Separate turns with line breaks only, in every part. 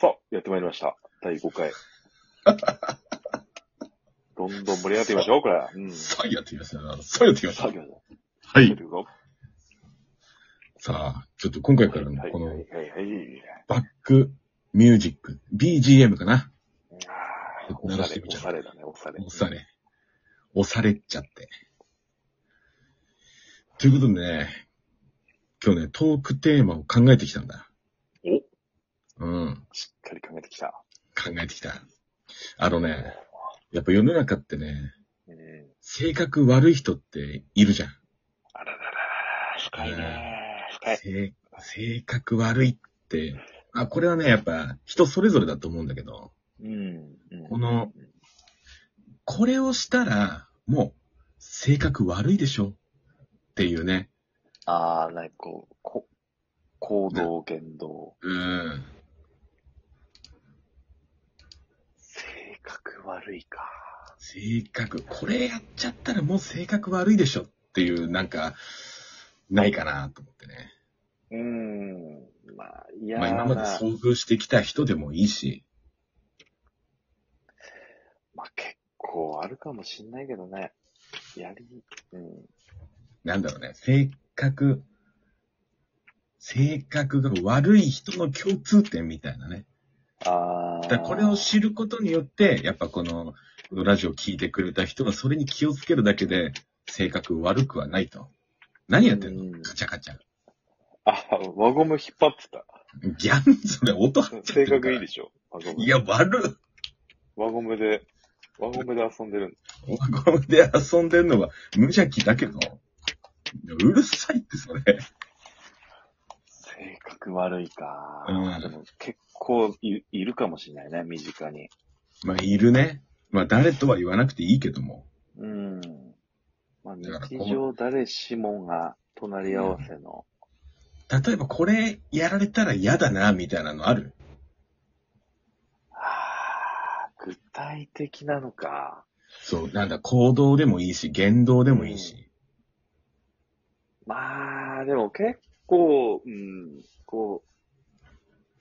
さあ、やってまいりました。第5回。 どんどん盛り上がっていきましょう、これ。うん。さ
さあやってきましたな。さあやってきまし
あ、
た
行。きましょ
は
う。やっ
い
て。いくぞ
さあ、ちょっと今回からの
はい、
こ
はい、は
の
い、はい。
バックミュージック、BGM かな。
あー
流
押
し
さ
て
れ、
みちゃ
押
う
されだね、押され。
押され。押されちゃって。ということでね、今日ね、トークテーマを考えてきたんだ。うん。
しっかり考えてきた。
考えてきた。あのね、やっぱ世の中ってね、
うん。
性格悪い人っているじゃん。
あららららら、深いね。深い。
性性格悪いって、あ、これはね、やっぱ人それぞれだと思うんだけど、
うん。
この、これをしたら、もう、性格悪いでしょっていうね。
ああ、なんかこう、こ行動、言動。
うん。
性格悪いか。
性格、これやっちゃったらもう性格悪いでしょっていう、なんか、ないかなと思ってね。
うん。まあ、いや
まあ今まで遭遇してきた人でもいいし、
まあ結構あるかもしんないけどね。やり、うん。
なんだろうね、性格、性格が悪い人の共通点みたいなね。
あ
だ
あ。
からこれを知ることによって、やっぱこの、このラジオを聞いてくれた人がそれに気をつけるだけで、性格悪くはないと。何やってんの
うん
カチャカチャ。
あ、輪ゴム引っ張ってた。
ギャン、それ音入っちゃっ
性
てるか
格
ら
いいでしょ。輪ゴム。
いや、悪っ。
輪ゴムで、輪ゴムで遊んでる。
輪ゴムで遊んでんのは無邪気だけど、うるさいってそれ。
性格悪いか。
うん
でも結構いいるかもしんないね、身近に。
まあ、いるね。まあ、誰とは言わなくていいけども。
うん。まあ
だからこ
日
の
常誰しもが隣り合わせの、
例えばこれやられたら嫌だな、みたいなのある
ああ、具体的なのか。
そう、なんだ、行動でもいいし、言動でもいいし。
まあ、でも結構、うん、こう、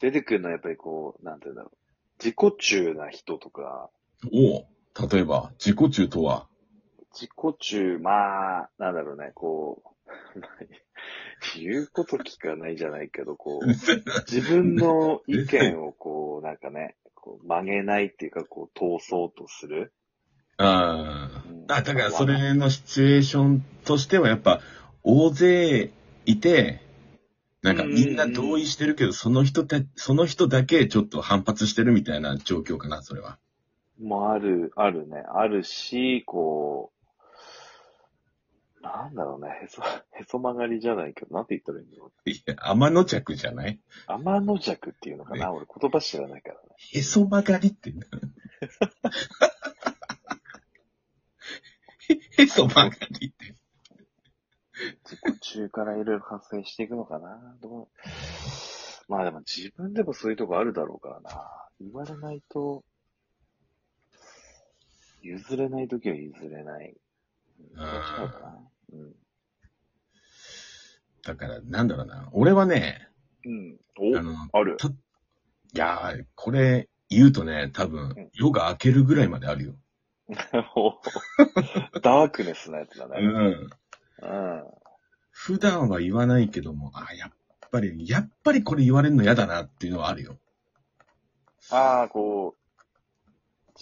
出てくるのはやっぱりこう、なんて言うんだろう。自己中な人とか、
おう例えば、自己中とは
自己中、まあ、なんだろうね、こう、 言うこと聞かないじゃないけど、こう、自分の意見をこう、なんかね、こう曲げないっていうか、こう、通そうとする。
あ
うん
あ。あ、だからそれのシチュエーションとしてはやっぱ、大勢いて、なんかみんな同意してるけど、その人た、その人だけちょっと反発してるみたいな状況かな、それは。
もある、あるね。あるし、こう、なんだろうね、へそ、 へそ曲がりじゃないけど、なんて言ったらいいんだろう。
いや、天の弱じゃない
天の弱っていうのかな俺言葉知らないからね。
へそ曲がりってな。へへそ曲がりって。
自己中からいろいろ発生していくのかなどうまあでも自分でもそういうとこあるだろうからな。言われないと、譲れないときは譲れない。どっちなのかなうん。
だから、なんだろうな。俺はね、
うん。お
あの、
ある。
いやー、これ言うとね、多
うん
分、夜が明けるぐらいまであるよ。
ダークネスなやつだね。
うん。
うん。
普段は言わないけども、あ、やっぱり、やっぱりこれ言われるの嫌だなっていうのはあるよ。
ああ、こう、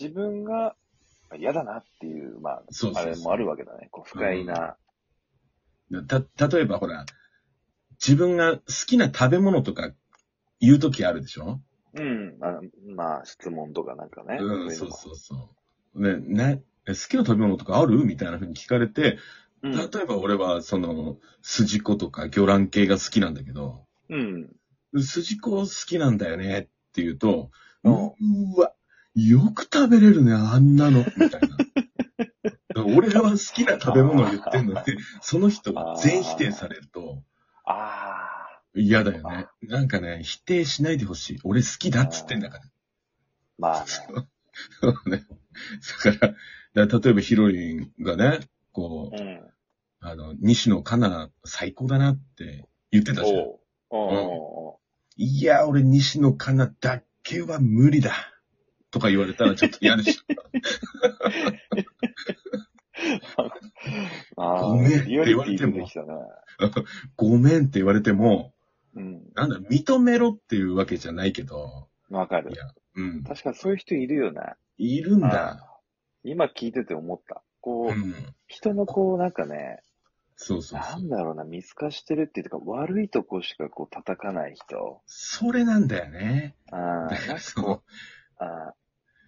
自分が嫌だなっていう、まあ、
そうそう
あ
そ
れ
う
もあるわけだね。こう不快な。
た、例えばほら、自分が好きな食べ物とか言うときあるでしょ
うん。あのまあ、質問とかなんかね。
うん、そう
う
そうそう。ね、ね、え好きな食べ物とかあるみたいな風に聞かれて、
い
例
うの。
えば俺は、その、筋子とか魚卵系が好きなんだけど、
うん。うん。
筋子好きなんだよねって言うと、
う
うんーわ、よく食べれるね、あんなの、みたいな。俺は好きな食べ物を言ってんのに、その人が全否定されると
ああ、
嫌だよね。なんかね、否定しないでほしい。俺好きだっつってんだから。
まあね。
そうね。 だから、だから例えばヒロインがね、こう、
うん。
あの、西野カナ最高だなって言ってたじゃん。
おう。おうおうおう
いや、俺西野カナだけは無理だ。とか言われたらちょっと嫌でした。
あ
ごめん
あ、リアリティ出てきたね。
ごめんって言われても、
うん。
なんだ、認めろっていうわけじゃないけど、
わかる
い。やうん。
確かにそういう人いるよね。
いるんだ。
今聞いてて思った。こう、
うん。
人のこう、なんかね、
そうそう
な
そう。
んだろうな、見透かしてるっていうか、悪いとこしかこう叩かない人。
それなんだよね。
あーなんかこう、あー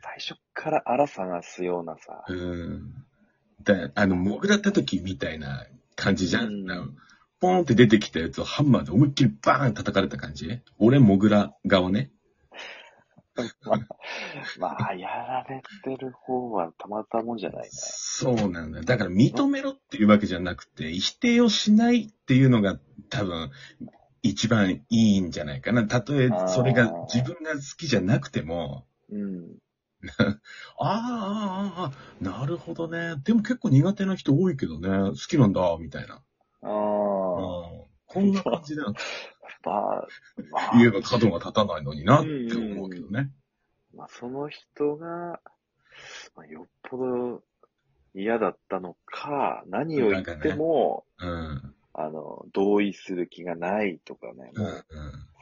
最初から荒探すようなさ。
うん。だあの、モグラ叩きみたいな感じじゃん。
うん
なんかポーンって出てきたやつをハンマーで思いっきりバーン叩かれた感じ俺、モグラ側ね。
まあ、やられてる方はたまったもんじゃないね。
そうなんだよ。だから認めろっていうわけじゃなくて、否定をしないっていうのが多分一番いいんじゃないかな。たとえ
あー
それが自分が好きじゃなくても、
うん。
あーあー、あーあー、なるほどね。でも結構苦手な人多いけどね。好きなんだ、みたいな。
あ
うん
あ、
こんな 感じだよ。
まあ、まあ、
言えば角が立たないのになって思うけどね。
まあ、その人が、まあ、よっぽど嫌だったのか、何を言っても、
うん。
あの、同意する気がないとかね、
う
も
ん。
う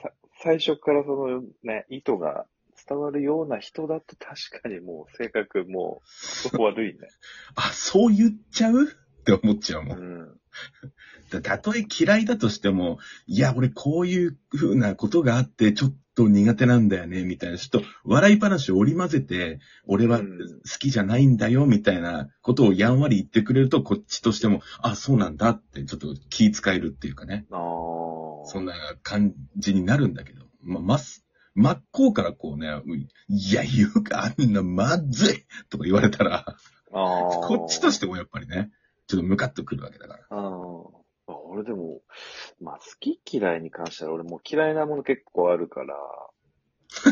さ最初からそのね、意図が伝わるような人だと確かにもう性格も う悪いね。
あ、そう言っちゃうって思っちゃうもん
う。ん。
だたとえ嫌いだとしても、いや、俺こういう風なことがあって、ちょっと苦手なんだよね、みたいな、ちょっと笑い話を織り交ぜて、俺は
う
好
ん
きじゃないんだよ、みたいなことをやんわり言ってくれると、こっちとしても、あ、そうなんだって、ちょっと気遣えるっていうかね、
ああ。
そんな感じになるんだけど、ま、ます、真っ向からこうね、うんいや、言うか、あんなまずいとか言われたら、
ああ。
こっちとしてもやっぱりね、ちょっとムカッとくるわけだから。、
うん。あ俺でも、まあ好き嫌いに関しては俺もう嫌いなもの結構あるから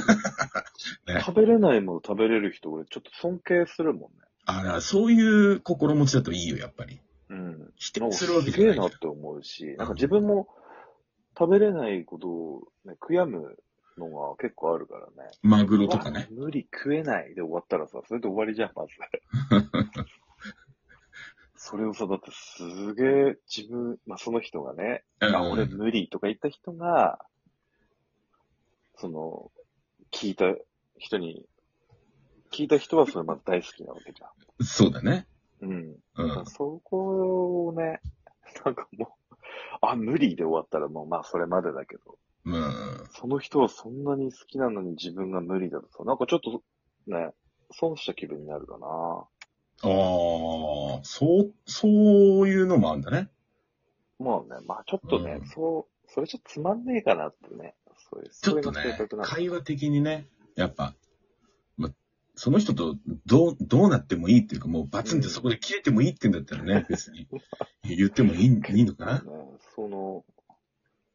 ね
食べれないもの食べれる人俺ちょっと尊敬するもんね。
あら、そういう心持ちだといいよ、やっぱり。
うん。
否
なんか
定するわけ
す
じゃ
げえ
ない
なって思うし、なんか自分も食べれないことを、ね、悔やむのが結構あるからね。
マグロとかね。
うわ無理食えないで終わったらさ、それで終わりじゃん、 まず。それをさ、だってすげえ自分、まあその人がね、あ、
うん
俺無理とか言った人が、その、聞いた人に、聞いた人はそれまず大好きなわけじゃ
そうだね。
ん。うん。
う
だから
ん。
そこをね、なんかもう、あ、無理で終わったらもうまあそれまでだけど、
うん。
その人はそんなに好きなのに自分が無理だとさ、なんかちょっとね、損した気分になるかな。
ああ、そう、そういうのもあるんだね。
まあね、まあちょっとね、
うん
そう、それちょっとつまんねえかなってね。そういう、
ち
そ
ょっ
れ
と
が性
ね
格、なの。
会話的にね、やっぱ、ま、その人とどう、どうなってもいいっていうか、もうバツンってそこで切れてもいいって言うんだったら ね、別に。言ってもいい、いいのかな
ね、その、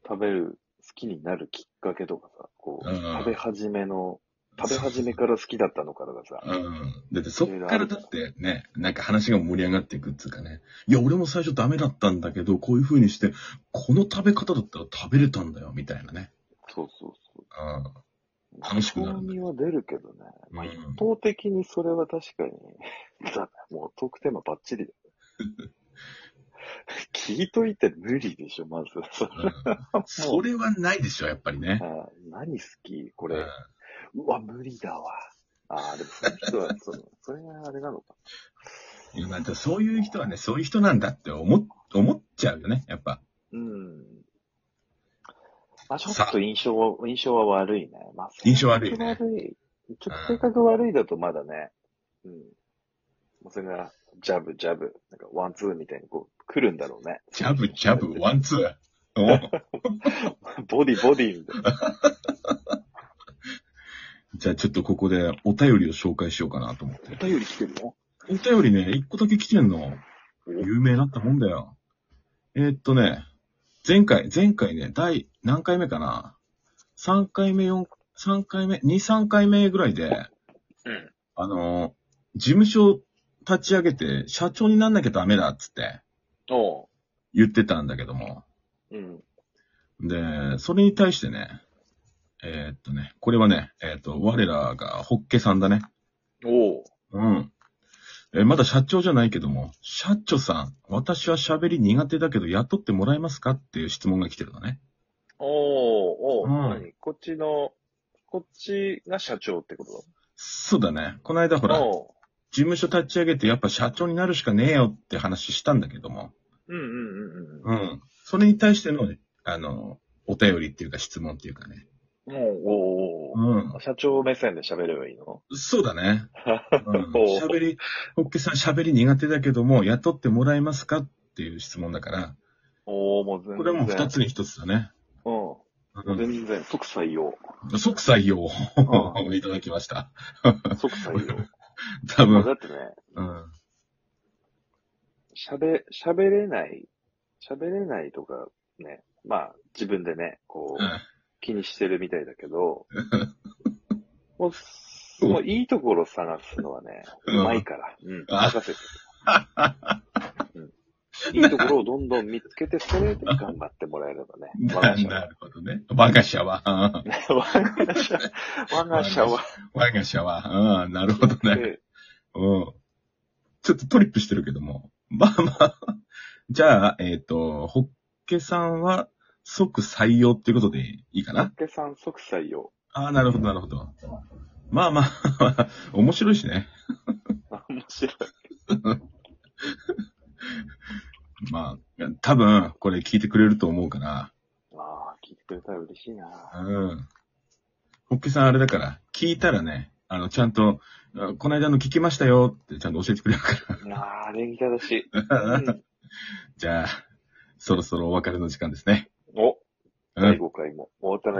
食べる、好きになるきっかけとかさ、こう、
うん
食べ始めの、食べ始めから好きだったのからがさ、
うん。だってそっからだってね、なんか話が盛り上がっていくっていうかね。いや、俺も最初ダメだったんだけど、こういう風にして、この食べ方だったら食べれたんだよ、みたいなね。
そうそうそう。
うん。楽しくなる
興味は出るけどね。まあ、
うん
一方的にそれは確か に、だもうトークテーマバッチリだよ。聞いといて無理でしょ、まず。それ
うんそれはないでしょ、やっぱりね。
あ何好きこ
う
れ。
ん
うわ、無理だわ。ああ、でもその人は、その、 それがあれなのか。
いやなんかそういう人はね、そういう人なんだって思っ思っちゃうよね、やっぱ。
うん。まあ、ちょ
さ
っ
あ
と印象は、印象は悪いね。まあ、
印象悪いね
性格悪い。ちょっと性格悪いだとまだね、うん。もうそれが、ジャブ、ジャブ、なんかワンツーみたいにこう、来るんだろうね。
ジャブ、ジャブ、ワン、ツー。お
ボディ、ボディみたい な。
じゃあちょっとここでお便りを紹介しようかなと思って。
お便り来てるの
お便りね、一個だけ来てんの。
お
有名だったもんだよ。えーっとね、前回、前回ね、第何回目かな ?3 回目、4、3回目、2、3回目ぐらいで、
うん
あのー、事務所立ち上げて、社長になんなきゃダメだっつって
おう。
言ってたんだけども、
うん。
で、それに対してね、えーっとね、これはね、えーっと、我らがホッケさんだね。
おう
うん。えーまだ社長じゃないけども、社長さん、私は喋り苦手だけど雇ってもらえますかっていう質問が来てるのね。
おうおう、
うん
何こっちの、こっちが社長ってこと
そうだね。この間ほら、事
おう
務所立ち上げてやっぱ社長になるしかねえよって話したんだけども、
うんうんうん
う。ん。それに対しての、あの、お便りっていうか質問っていうかね。
うん。おうおうおう
うん。
社長目線で喋ればいいの
そうだ ね。うん
おう
喋、り、ホッケさん喋り苦手だけども、雇ってもらえますかっていう質問だから、
おおもう全然。
これはもう二つに一つだね。う
うん。
ん、
全然、即採用。
即採用
う
をいただきました。
即採用。
多
まあ
分。
だってね、
うん。
喋、喋れない、喋れないとかね、まあ自分でね、こう、気にしてるみたいだけ ど、もうす、もういいところ探すのはね、
うん
うまいから。うん。
あ
任せて。うん いいところをどんどん見つけて、それで頑張ってもらえればね。我
な
が社
な
は。
るほどね。我が社は。うん
我が社、我が社は。
我が社は。うん、なるほどね。
で
うん。ちょっとトリップしてるけども。まあまあ。じゃあ、えっ、と、ホッケさんは即採用っていうことでいいかな
お客さん即採用。
ああ、なるほど、なるほど。まあまあ、 面白いしね。
面白い。
まあ、多分、これ聞いてくれると思うから。
ああ、聞いてくれたら嬉しいな。
うん。ホッケさんあれだから、聞いたらね、あの、ちゃんと、あこの間の聞きましたよってちゃんと教えてくれるか
ああ、礼儀正しい。う
ら。
ん
じゃあ、そろそろお別れの時間ですね。
お、
うん
第。5回も。お互い